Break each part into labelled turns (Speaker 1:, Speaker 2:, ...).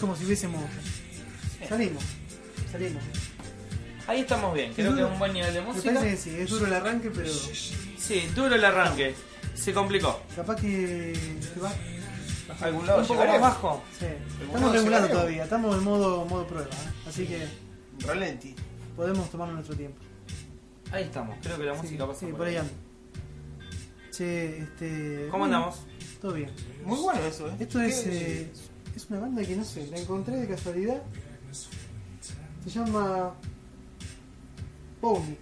Speaker 1: como si hubiésemos. Salimos, salimos.
Speaker 2: Ahí estamos bien, creo
Speaker 1: Sí,
Speaker 2: que es
Speaker 1: sí.
Speaker 2: un buen nivel de
Speaker 1: Me
Speaker 2: música.
Speaker 1: parece que sí, es duro el arranque, pero
Speaker 2: Sí, duro el arranque. Se complicó.
Speaker 1: capaz que se va.
Speaker 2: ¿A algún lado
Speaker 3: Un poco
Speaker 2: llegaremos?
Speaker 3: más bajo.
Speaker 1: Sí. Estamos
Speaker 3: modo
Speaker 1: regulando
Speaker 3: escenario.
Speaker 1: todavía, estamos en modo, modo prueba, ¿eh? así que
Speaker 3: Ralenti.
Speaker 1: podemos tomarnos nuestro tiempo.
Speaker 2: Ahí estamos, creo que la
Speaker 1: Sí,
Speaker 2: música pasa
Speaker 1: sí, por ahí anda. Che, este.
Speaker 2: ¿Cómo
Speaker 1: bueno,
Speaker 2: andamos?
Speaker 1: Todo bien.
Speaker 3: Muy bueno eso, ¿eh?
Speaker 1: Esto es,
Speaker 3: ¿Qué-
Speaker 1: eh, es una banda que no sé, la encontré de casualidad. Se llama Bownick.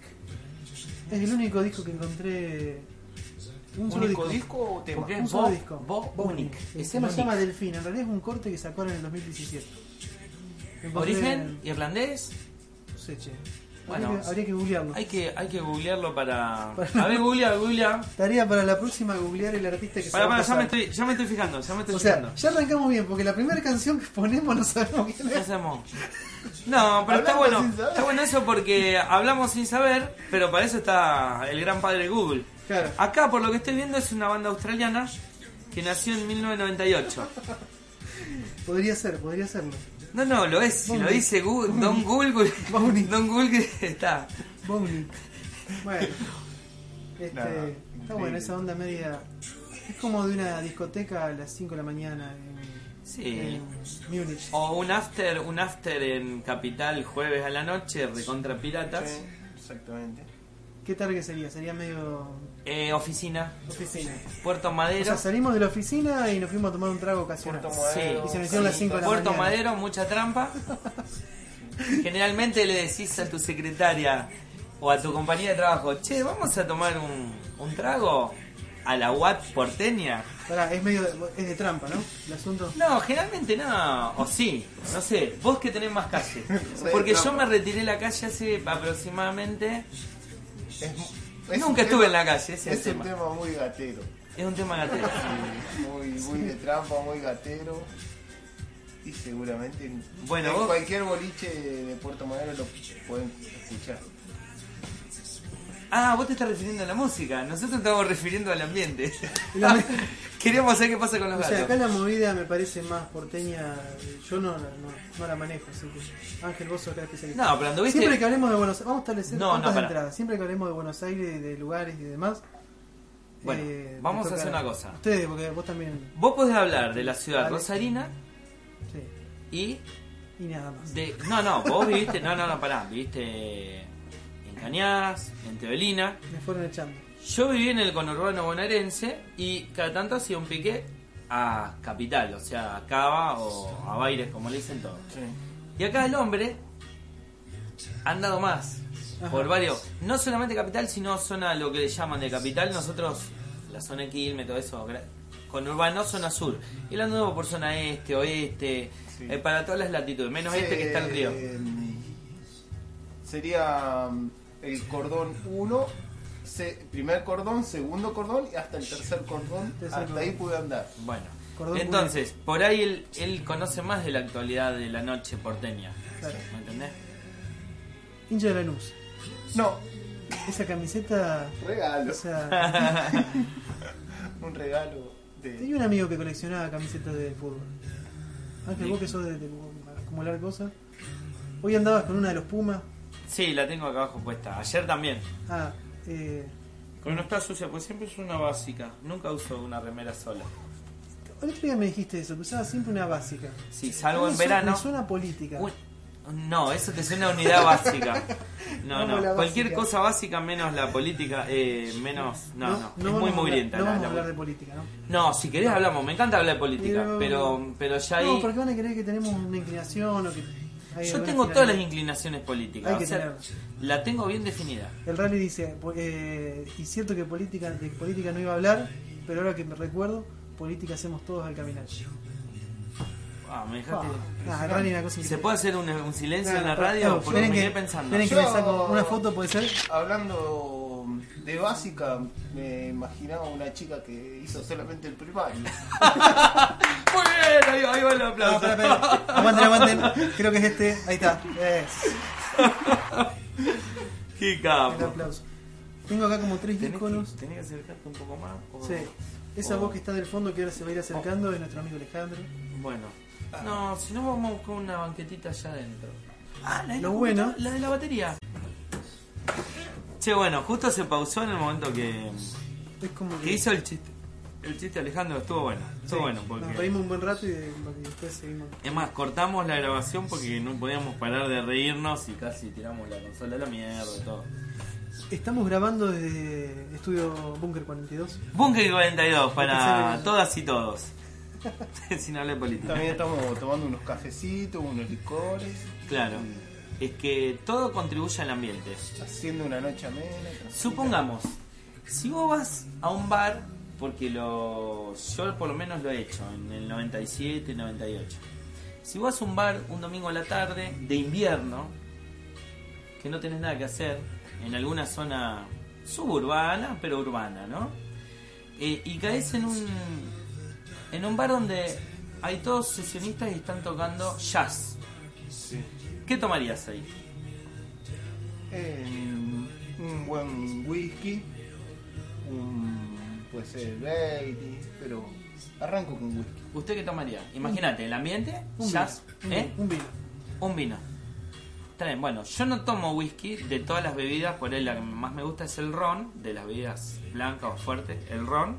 Speaker 1: Es el único disco que encontré. Un solo
Speaker 3: ¿Único
Speaker 1: disco.
Speaker 3: disco o tema?
Speaker 2: Porque
Speaker 1: Un
Speaker 2: es
Speaker 1: solo
Speaker 2: Bo,
Speaker 1: disco.
Speaker 2: Bo Unic.
Speaker 1: El
Speaker 2: Es
Speaker 1: tema se
Speaker 2: Unic.
Speaker 1: llama Delfín. En realidad es un corte que sacaron en el 2017. Lo encontré
Speaker 2: Origen
Speaker 1: en-
Speaker 2: irlandés.
Speaker 1: No sé, che.
Speaker 2: Bueno,
Speaker 1: habría, que, habría que googlearlo.
Speaker 2: Hay que, hay que googlearlo para. A ver, googlea, googlea.
Speaker 1: Tarea para la próxima googlear el artista que se
Speaker 2: Para,
Speaker 1: va a
Speaker 2: para, ya me
Speaker 1: pasar.
Speaker 2: estoy, ya me estoy fijando, ya me estoy
Speaker 1: O
Speaker 2: fijando.
Speaker 1: sea, ya arrancamos bien, porque la primera canción que ponemos no sabemos quién
Speaker 2: ¿Qué
Speaker 1: es.
Speaker 2: hacemos? No, pero está
Speaker 3: Hablamos
Speaker 2: bueno.
Speaker 3: sin saber.
Speaker 2: Está bueno eso porque hablamos sin saber, pero para eso está el gran padre Google.
Speaker 1: Claro.
Speaker 2: Acá, por lo que estoy viendo, es una banda australiana que nació en 1998.
Speaker 1: Podría ser, podría serlo.
Speaker 2: No, no, lo es. Si lo dice Google, Don Google, Google- Don Google está.
Speaker 1: Bowling. Bueno. Este,
Speaker 3: Nada,
Speaker 1: está
Speaker 3: increíble.
Speaker 1: bueno, esa onda media. Es como de una discoteca a las 5 de la mañana en,
Speaker 2: Sí.
Speaker 1: en Múnich.
Speaker 2: O un after, un after en Capital jueves a la noche, recontra piratas.
Speaker 3: Sí, exactamente.
Speaker 1: ¿Qué target sería? Sería medio
Speaker 2: Eh, oficina,
Speaker 1: oficina.
Speaker 2: Puerto
Speaker 1: O
Speaker 2: Madero.
Speaker 1: sea, salimos de la oficina y nos fuimos a tomar un trago ocasional.
Speaker 3: Puerto
Speaker 2: Sí.
Speaker 3: Madero.
Speaker 1: Y se metieron las cinco de la
Speaker 2: Puerto
Speaker 1: mañana.
Speaker 2: Madero, mucha trampa. Generalmente le decís a tu secretaria o a tu compañía de trabajo, che, vamos a tomar un, un trago a la UAT porteña.
Speaker 1: Pará, es medio de, es de trampa, ¿no? El asunto.
Speaker 2: No, generalmente no, o sí, no sé, vos que tenés más calle.
Speaker 3: Soy
Speaker 2: Porque yo
Speaker 3: trampa.
Speaker 2: me retiré de la calle hace aproximadamente...
Speaker 3: Es- es un
Speaker 2: Nunca estuve
Speaker 3: tema-
Speaker 2: en la calle, ese es el
Speaker 3: Es un
Speaker 2: tema.
Speaker 3: tema muy gatero.
Speaker 2: Es un tema gatero.
Speaker 3: Muy, muy de trampa, muy gatero. Y seguramente en-
Speaker 2: Bueno,
Speaker 3: en
Speaker 2: vos-
Speaker 3: cualquier boliche de Puerto Madero lo pueden escuchar.
Speaker 2: Ah, vos te estás refiriendo a la música, nosotros estamos refiriendo al ambiente.
Speaker 1: La-
Speaker 2: Queremos saber qué pasa con los
Speaker 1: O sea,
Speaker 2: gatos.
Speaker 1: acá la movida me parece más porteña. Yo no, no, no la manejo, así que. Ángel, vos sos acá especialista.
Speaker 2: No, pero anduviste.
Speaker 1: Siempre que hablemos de Buenos Aires, vamos a establecer
Speaker 2: No,
Speaker 1: tantas
Speaker 2: no, pará.
Speaker 1: entradas. Siempre que hablemos de Buenos Aires, de lugares y demás.
Speaker 2: Bueno, vamos
Speaker 1: te
Speaker 2: a hacer
Speaker 1: toca-
Speaker 2: una cosa.
Speaker 1: Ustedes, porque vos también.
Speaker 2: Vos podés hablar de la ciudad
Speaker 1: Vale.
Speaker 2: rosarina
Speaker 1: Sí,
Speaker 2: y
Speaker 1: y nada más.
Speaker 2: de. No, no, vos viviste. No, no, no, pará. Viviste en Cañas, en Teolina.
Speaker 1: Me fueron echando.
Speaker 2: Yo viví en el conurbano bonaerense y cada tanto hacía un pique a Capital, o sea, a Cava o a Baires, como le dicen todos. Y acá el hombre ha andado más por
Speaker 1: Ajá.
Speaker 2: varios, no solamente capital, sino zona lo que le llaman de capital. Nosotros, la zona de Quilmes, todo eso, gra- con urbano, zona sur. Él anduvo por zona este, oeste,
Speaker 3: Sí.
Speaker 2: eh, para todas las latitudes, menos este que está el río.
Speaker 3: Eh, Sería mm, el cordón 1, primer cordón, segundo cordón y hasta el tercer cordón.
Speaker 1: Tercer
Speaker 3: hasta
Speaker 1: cordón.
Speaker 3: ahí pude andar.
Speaker 2: Bueno,
Speaker 1: Cordón
Speaker 2: entonces, por ahí él, él conoce más de la actualidad de la noche porteña.
Speaker 1: Claro.
Speaker 2: ¿Me entendés?
Speaker 1: Hincha de Lanús.
Speaker 3: No,
Speaker 1: Esa camiseta.
Speaker 3: regalo.
Speaker 1: O sea,
Speaker 3: Un regalo de.
Speaker 1: tenía un amigo que coleccionaba camisetas de fútbol. Ángel,
Speaker 2: Sí.
Speaker 1: vos que sos de, de acumular cosas. Hoy andabas con una de los Pumas.
Speaker 2: Sí, la tengo acá abajo puesta. Ayer también.
Speaker 1: Ah, eh.
Speaker 2: Pero no está sucia, pues siempre es una básica. Nunca uso una remera sola.
Speaker 1: El otro día me dijiste eso, que usabas siempre una básica.
Speaker 2: Sí, salvo
Speaker 1: Me
Speaker 2: en
Speaker 1: su-
Speaker 2: verano.
Speaker 1: Me suena política.
Speaker 2: Uy, no, eso te suena a unidad básica. No,
Speaker 1: Vamos a
Speaker 2: no.
Speaker 1: la
Speaker 2: Cualquier
Speaker 1: básica.
Speaker 2: cosa básica menos la política, eh, menos... No, no. es
Speaker 1: vamos
Speaker 2: muy
Speaker 1: a hablar-
Speaker 2: mugrienta
Speaker 1: No
Speaker 2: la-
Speaker 1: vamos
Speaker 2: la-
Speaker 1: a hablar de política, ¿no?
Speaker 2: No, si querés hablamos. Me encanta hablar de política.
Speaker 1: Pero-
Speaker 2: Pero, pero ya ahí...
Speaker 1: No, porque van a creer que tenemos una inclinación o que... hay
Speaker 2: Yo
Speaker 1: alguna
Speaker 2: tengo todas las
Speaker 1: finalidad.
Speaker 2: inclinaciones políticas.
Speaker 1: Hay
Speaker 2: o
Speaker 1: que
Speaker 2: sea,
Speaker 1: tenerlas.
Speaker 2: la tengo bien definida.
Speaker 1: El rally dice, po- eh, y cierto que política, de política no iba a hablar, pero ahora que me recuerdo, política hacemos todos al caminar.
Speaker 2: Ah, me
Speaker 1: Ah,
Speaker 2: dejaste...
Speaker 1: nada, el rally es una cosa
Speaker 2: ¿Se
Speaker 1: increíble.
Speaker 2: puede hacer un, un silencio
Speaker 1: Nada,
Speaker 2: en la
Speaker 1: pero-
Speaker 2: radio?
Speaker 1: claro,
Speaker 2: Porque me
Speaker 1: esperen
Speaker 2: quedé
Speaker 1: que-
Speaker 2: pensando.
Speaker 1: esperen que
Speaker 3: Yo-
Speaker 1: le saco una foto, puede ser.
Speaker 3: Hablando de básica, me imaginaba una chica que hizo solamente el primario.
Speaker 2: Muy bien, ahí, va- ahí va el aplauso.
Speaker 1: No, espera, espera. Aguanten, aguanten. Creo que es este. Ahí está. Es.
Speaker 2: Qué
Speaker 1: El
Speaker 2: capo.
Speaker 1: aplauso. Tengo acá como tres
Speaker 2: Ah, Tenés
Speaker 1: iconos.
Speaker 2: que, Oh. tenés que acercarte un poco más. o-
Speaker 1: Sí. Esa
Speaker 2: o-
Speaker 1: voz que está del fondo que ahora se va a ir acercando es nuestro amigo Alejandro.
Speaker 2: Bueno, No, si no vamos a buscar una banquetita allá adentro. Ah, la de la,
Speaker 1: Lo
Speaker 2: computadora-
Speaker 1: bueno.
Speaker 2: la de la batería. Che, bueno, justo se pausó en el momento que,
Speaker 1: Es como
Speaker 2: que hizo el chiste. El chiste Alejandro estuvo bueno, estuvo
Speaker 1: Sí,
Speaker 2: bueno porque
Speaker 1: Nos reímos un buen rato y, de- y después seguimos.
Speaker 2: es más cortamos la grabación porque no podíamos parar de reírnos y casi tiramos la consola a la mierda y todo.
Speaker 1: Estamos grabando desde Estudio Bunker 42.
Speaker 2: Bunker 42
Speaker 1: Especial
Speaker 2: para
Speaker 1: en-
Speaker 2: todas y todos. Sin hablar política.
Speaker 3: También estamos tomando unos cafecitos, unos licores.
Speaker 2: Claro. Es que todo contribuye al ambiente.
Speaker 3: y Haciendo una noche amena. tranquila.
Speaker 2: Supongamos, si vos vas a un bar, porque lo yo por lo menos lo he hecho en el 97, 98. Si vos vas a un bar un domingo a la tarde de invierno, que no tenés nada que hacer, en alguna zona suburbana, pero urbana, ¿no? Eh, y caes en un en un bar donde hay todos sesionistas y están tocando jazz. ¿Qué tomarías ahí?
Speaker 3: Eh, un buen whisky. Un. Puede ser Bailey. Pero arranco con whisky.
Speaker 2: ¿Usted qué tomaría? Imagínate, el ambiente,
Speaker 1: Un
Speaker 2: jazz,
Speaker 1: vino.
Speaker 2: ¿eh?
Speaker 1: Un vino.
Speaker 2: Un vino. Está bien, bueno, yo no tomo whisky de todas las bebidas, por ahí la que más me gusta es el ron, de las bebidas blancas o fuertes, el ron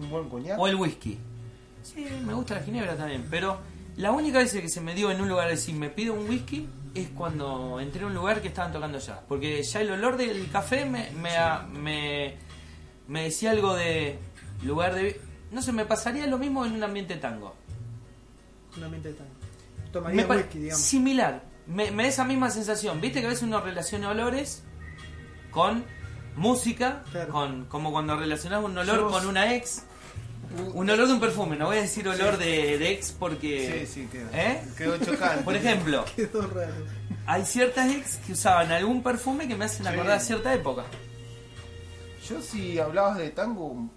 Speaker 3: Un buen coñac.
Speaker 2: o el whisky. Sí, me gusta la ginebra también, pero la única vez que se me dio en un lugar decir me pido un whisky es cuando entré a un lugar que estaban tocando jazz, porque ya el olor del café me, me, me, me decía algo de lugar de... No sé, me pasaría lo mismo en un ambiente tango.
Speaker 1: Un ambiente de tango.
Speaker 2: Me
Speaker 1: Tomaría
Speaker 2: pare-
Speaker 1: whisky, digamos.
Speaker 2: Similar. Me, me da esa misma sensación. Viste que a veces uno relaciona olores con música,
Speaker 1: Claro.
Speaker 2: con como cuando relacionás un olor
Speaker 3: Yo-
Speaker 2: con una ex. Un olor de un perfume, no voy a decir olor de, de ex porque...
Speaker 3: Sí, sí, quedó.
Speaker 2: ¿Eh?
Speaker 3: Quedó chocante.
Speaker 2: Por ejemplo,
Speaker 1: Quedó raro.
Speaker 2: hay ciertas ex que usaban algún perfume que me hacen
Speaker 3: Sí.
Speaker 2: acordar a cierta época.
Speaker 3: Yo, si hablabas de tango,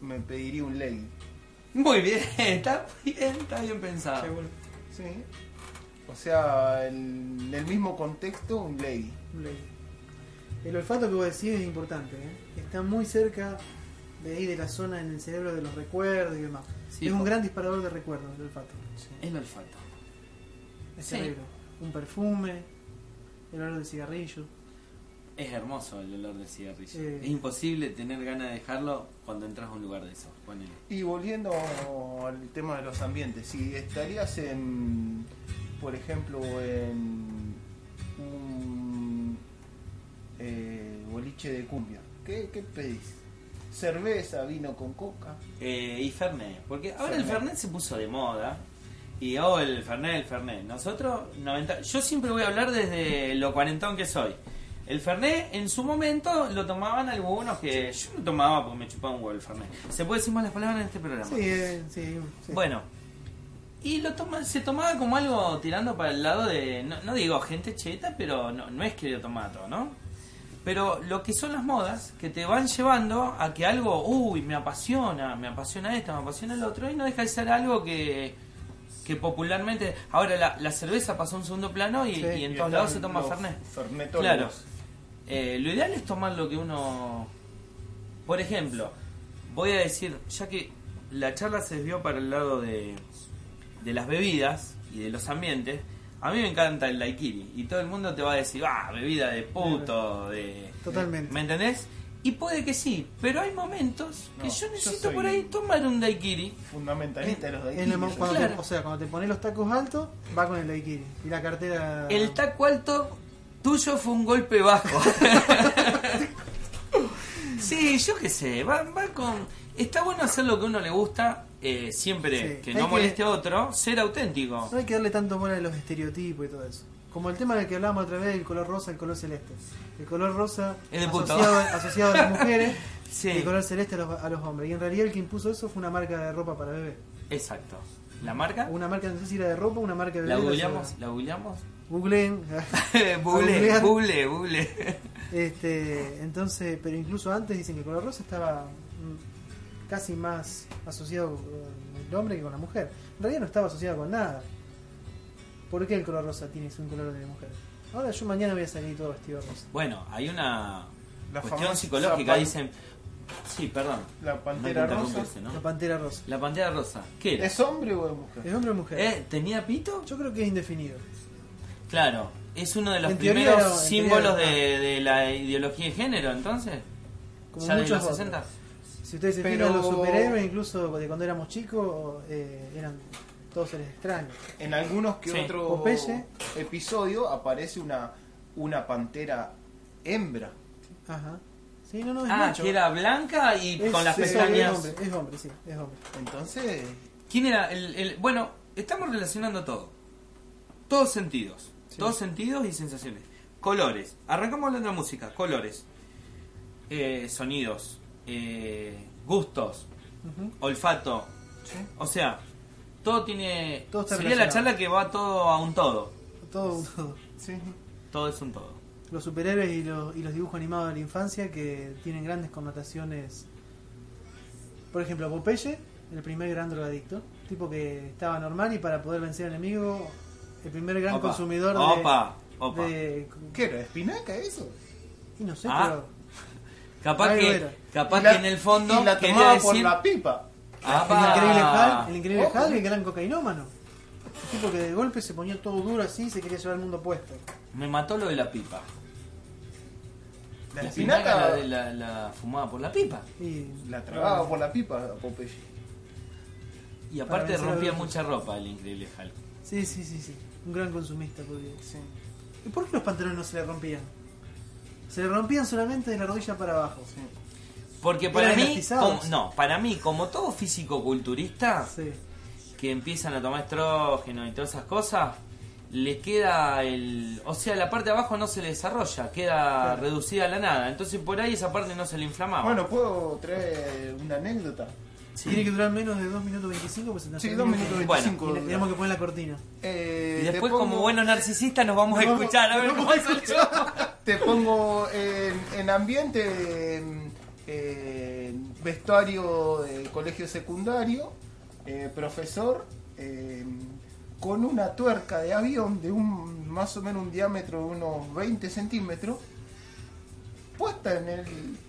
Speaker 3: me pediría un ley.
Speaker 2: Muy bien, está bien, está bien pensado.
Speaker 1: Che, bueno,
Speaker 3: Sí. O sea, en el mismo contexto, un ley.
Speaker 1: un ley. El olfato que vos decís es importante. ¿eh? Está muy cerca de ahí, de la zona en el cerebro de los recuerdos y demás.
Speaker 2: Sí,
Speaker 1: es un
Speaker 2: por-
Speaker 1: gran disparador de recuerdos el olfato.
Speaker 2: El olfato.
Speaker 1: Es
Speaker 2: Sí.
Speaker 1: terrible. Un perfume, el olor del cigarrillo.
Speaker 2: Es hermoso el olor del cigarrillo.
Speaker 1: Eh.
Speaker 2: Es imposible tener ganas de dejarlo cuando entras a un lugar de esos. Ponele.
Speaker 3: Y volviendo al tema de los ambientes, si estarías en, por ejemplo, en un eh, boliche de cumbia, ¿qué, qué pedís? ¿Cerveza, vino con coca?
Speaker 2: Eh, y Fernet, porque ahora el
Speaker 3: Fernet.
Speaker 2: Fernet se puso de moda. Y oh, el Fernet, el Fernet. Nosotros, 90, yo siempre voy a hablar desde lo cuarentón que soy. El Fernet en su momento lo tomaban algunos que yo no tomaba porque me chupaba un huevo el Fernet. ¿Se puede decir malas palabras en este programa?
Speaker 1: Sí, eh, sí, sí.
Speaker 2: Bueno, y lo toma, se tomaba como algo tirando para el lado de, no, no digo gente cheta, pero no, no es que lo toma todo, ¿no? Pero lo que son las modas, que te van llevando a que algo, uy, me apasiona, me apasiona esto, me apasiona el otro, y no deja de ser algo que, que popularmente... Ahora la, la cerveza pasó a un segundo plano y,
Speaker 1: Sí,
Speaker 2: y en
Speaker 3: Y
Speaker 2: todos
Speaker 3: están
Speaker 2: lados se toma
Speaker 3: los
Speaker 2: Fernet.
Speaker 3: Fernetólogos.
Speaker 2: Claro. Eh, lo ideal es tomar lo que uno. Por ejemplo, voy a decir, ya que la charla se desvió para el lado de, de las bebidas y de los ambientes, a mí me encanta el daiquiri y todo el mundo te va a decir, ah, bebida de puto, de.
Speaker 1: Totalmente.
Speaker 2: ¿Me entendés? Y puede que sí, pero hay momentos que
Speaker 3: No,
Speaker 2: yo
Speaker 3: yo
Speaker 2: necesito
Speaker 3: soy-
Speaker 2: por ahí tomar un daiquiri.
Speaker 3: Fundamentalista de los
Speaker 1: En el mo-
Speaker 3: daiquiris.
Speaker 1: cuando
Speaker 2: Claro.
Speaker 1: te, o sea, cuando te pones los tacos altos, va con el daiquiri. Y la cartera.
Speaker 2: El taco alto tuyo fue un golpe bajo. sí, yo qué sé, va, va con... Está bueno hacer lo que a uno le gusta, eh, siempre
Speaker 1: Sí.
Speaker 2: que
Speaker 1: Hay
Speaker 2: no
Speaker 1: que-
Speaker 2: moleste a otro, ser auténtico.
Speaker 1: No hay que darle tanto bola a los estereotipos y todo eso. Como el tema del que hablábamos otra vez, el color rosa, el color celeste. El color rosa
Speaker 2: Es de puto.
Speaker 1: asociado, asociado a las mujeres
Speaker 2: Sí.
Speaker 1: y el color celeste a los, a los hombres. Y en realidad el que impuso eso fue una marca de ropa para bebé.
Speaker 2: Exacto. ¿La marca?
Speaker 1: Una marca, no sé si era de ropa, una marca de bebé.
Speaker 2: ¿Ah? ¿La googleamos? ¿La googleamos?
Speaker 1: Googleen.
Speaker 2: buble,
Speaker 1: Googlear.
Speaker 2: buble, buble.
Speaker 1: Este, entonces, pero incluso antes dicen que el color rosa estaba mm, casi más asociado con el hombre que con la mujer. En realidad no estaba asociado con nada. ¿Por qué el color rosa tiene un color de mujer? Ahora yo mañana voy a salir todo vestido de rosa.
Speaker 2: Bueno, hay una
Speaker 3: La
Speaker 2: cuestión
Speaker 3: famosa
Speaker 2: psicológica.
Speaker 3: pan-
Speaker 2: Dicen, Sí, perdón.
Speaker 3: La
Speaker 2: No hay que
Speaker 3: pantera rosa.
Speaker 2: interrumpirse, ¿no?
Speaker 1: La pantera rosa.
Speaker 2: La pantera rosa. ¿Qué era?
Speaker 3: ¿Es hombre o es mujer?
Speaker 1: ¿Es hombre o mujer?
Speaker 2: ¿Eh? ¿Tenía pito?
Speaker 1: Yo creo que es indefinido.
Speaker 2: Claro. Es uno de los
Speaker 1: En teoría
Speaker 2: primeros
Speaker 1: era- en
Speaker 2: símbolos
Speaker 1: teoría
Speaker 2: de, de la ideología de género, entonces.
Speaker 1: Como
Speaker 2: ya de
Speaker 1: muchos
Speaker 2: los
Speaker 1: otros.
Speaker 2: 60.
Speaker 1: Si ustedes se
Speaker 3: Pero-
Speaker 1: fijan, los superhéroes, incluso de cuando éramos chicos, eh, eran todos seres extraños.
Speaker 3: En algunos que
Speaker 2: Sí.
Speaker 3: otro
Speaker 1: Popeye.
Speaker 3: episodio aparece una, una pantera hembra.
Speaker 1: Ajá. Sí, no, no, es
Speaker 2: Ah,
Speaker 1: macho.
Speaker 2: que era blanca y
Speaker 1: Es-
Speaker 2: con las
Speaker 1: es-
Speaker 2: pestañas.
Speaker 1: Es hombre, es hombre, sí, es hombre.
Speaker 3: Entonces,
Speaker 2: ¿Quién era? El, el- bueno, estamos relacionando todo. Todos sentidos.
Speaker 1: Sí.
Speaker 2: Todos sentidos y sensaciones. Colores. Arrancamos hablando de música. Colores. Eh, sonidos. Eh, gustos.
Speaker 1: Ujú.
Speaker 2: Olfato. O sea, todo tiene...
Speaker 1: Todo está
Speaker 2: sería la
Speaker 1: relacionado.
Speaker 2: charla que va todo a un todo.
Speaker 1: Todo, todo.
Speaker 3: sí.
Speaker 2: Todo es un todo.
Speaker 1: Los superhéroes y los, y los dibujos animados de la infancia que tienen grandes connotaciones. Por ejemplo, Popeye, el primer gran drogadicto. Tipo que estaba normal y para poder vencer al enemigo, el primer gran
Speaker 2: Opa.
Speaker 1: consumidor de-
Speaker 2: Opa, opa.
Speaker 1: de,
Speaker 3: ¿Qué era? ¿Espinaca eso?
Speaker 1: Y no sé,
Speaker 2: Ah,
Speaker 1: Algo
Speaker 2: Capaz, que,
Speaker 1: era.
Speaker 2: capaz
Speaker 3: Y la-
Speaker 2: que en el fondo
Speaker 3: y la
Speaker 2: quería
Speaker 3: tomaba por
Speaker 2: decir-
Speaker 3: la pipa.
Speaker 1: pero.
Speaker 2: Apa.
Speaker 1: El increíble Hulk, el increíble
Speaker 3: Ah, Ojo.
Speaker 1: Hulk, el gran cocainómano. El tipo que de golpe se ponía todo duro así y se quería llevar el mundo puesto.
Speaker 2: Me mató lo de la pipa.
Speaker 3: La,
Speaker 2: La
Speaker 3: espinaca
Speaker 2: espinaca
Speaker 3: la,
Speaker 2: la, de la, la fumaba por la pipa.
Speaker 1: Y.
Speaker 3: tragaba por la pipa a Popeye.
Speaker 2: Y
Speaker 1: Para
Speaker 2: aparte
Speaker 1: vencer a
Speaker 2: rompía
Speaker 1: Bruce.
Speaker 2: mucha ropa el increíble Hulk.
Speaker 1: Sí, sí, sí, sí. Un gran consumista, podría decir. ¿Y por qué los pantalones no se le rompían? Se le rompían solamente de la rodilla para abajo.
Speaker 2: Porque
Speaker 1: Eran
Speaker 2: para mí,
Speaker 1: elastizados.
Speaker 2: como- no, para mí, como todo físico-culturista
Speaker 1: Sí.
Speaker 2: que empiezan a tomar estrógeno y todas esas cosas, le queda el. O sea, la parte de abajo no se le desarrolla, queda
Speaker 1: Claro.
Speaker 2: reducida a la nada. Entonces por ahí esa parte no se le inflamaba.
Speaker 3: Bueno, ¿puedo traer una anécdota?
Speaker 2: Sí.
Speaker 1: Tiene que durar menos de 2 minutos 25 pues se nos
Speaker 3: Sí,
Speaker 1: hace
Speaker 3: 2
Speaker 1: bien.
Speaker 3: minutos
Speaker 2: Bueno.
Speaker 3: 25.
Speaker 1: Y le tenemos que poner la cortina.
Speaker 3: Eh,
Speaker 2: y
Speaker 3: te
Speaker 2: después,
Speaker 3: pongo-
Speaker 2: como buenos narcisistas, nos vamos a
Speaker 3: Nos vamos-
Speaker 2: escuchar a ver
Speaker 3: nos
Speaker 2: cómo
Speaker 3: vamos a
Speaker 2: salió.
Speaker 3: Te pongo en, en ambiente, en, en vestuario de colegio secundario, eh, profesor, eh, con una tuerca de avión de un más o menos un diámetro de unos 20 centímetros, puesta en el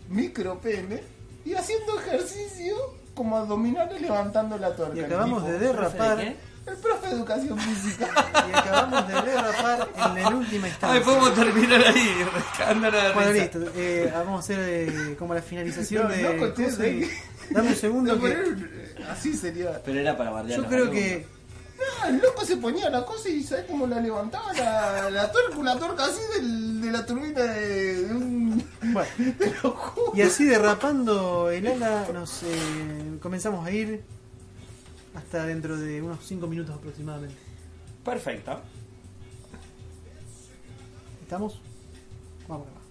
Speaker 3: micro PM y haciendo ejercicio como abdominales levantando la tuerca.
Speaker 1: Y
Speaker 3: El
Speaker 1: acabamos
Speaker 3: tipo-
Speaker 1: de
Speaker 2: ¿Profe
Speaker 1: derrapar.
Speaker 2: de qué?
Speaker 3: El profe de educación física.
Speaker 1: Y acabamos de derrapar en la última
Speaker 2: Ay,
Speaker 1: instancia.
Speaker 2: podemos terminar ahí, rescándolo de
Speaker 1: Bueno,
Speaker 2: risa.
Speaker 1: listo. Eh, vamos a hacer eh, como la finalización
Speaker 3: No, no,
Speaker 1: de.
Speaker 3: conté,
Speaker 1: cosa
Speaker 3: de-
Speaker 1: y- Dame un segundo.
Speaker 3: De
Speaker 1: que-
Speaker 3: poner- eh, Así sería.
Speaker 2: Pero era para bardear.
Speaker 1: Yo
Speaker 2: los
Speaker 1: creo
Speaker 2: alumnos.
Speaker 1: que.
Speaker 3: Ah, el loco se ponía la cosa y ¿sabes cómo la levantaba? La, la torca, una torca así del- de la turbina de, de un...
Speaker 1: Bueno,
Speaker 3: Te lo juro.
Speaker 1: y así derrapando el ala, nos eh, comenzamos a ir hasta dentro de unos 5 minutos aproximadamente.
Speaker 2: Perfecto.
Speaker 1: ¿Estamos? Vamos acá.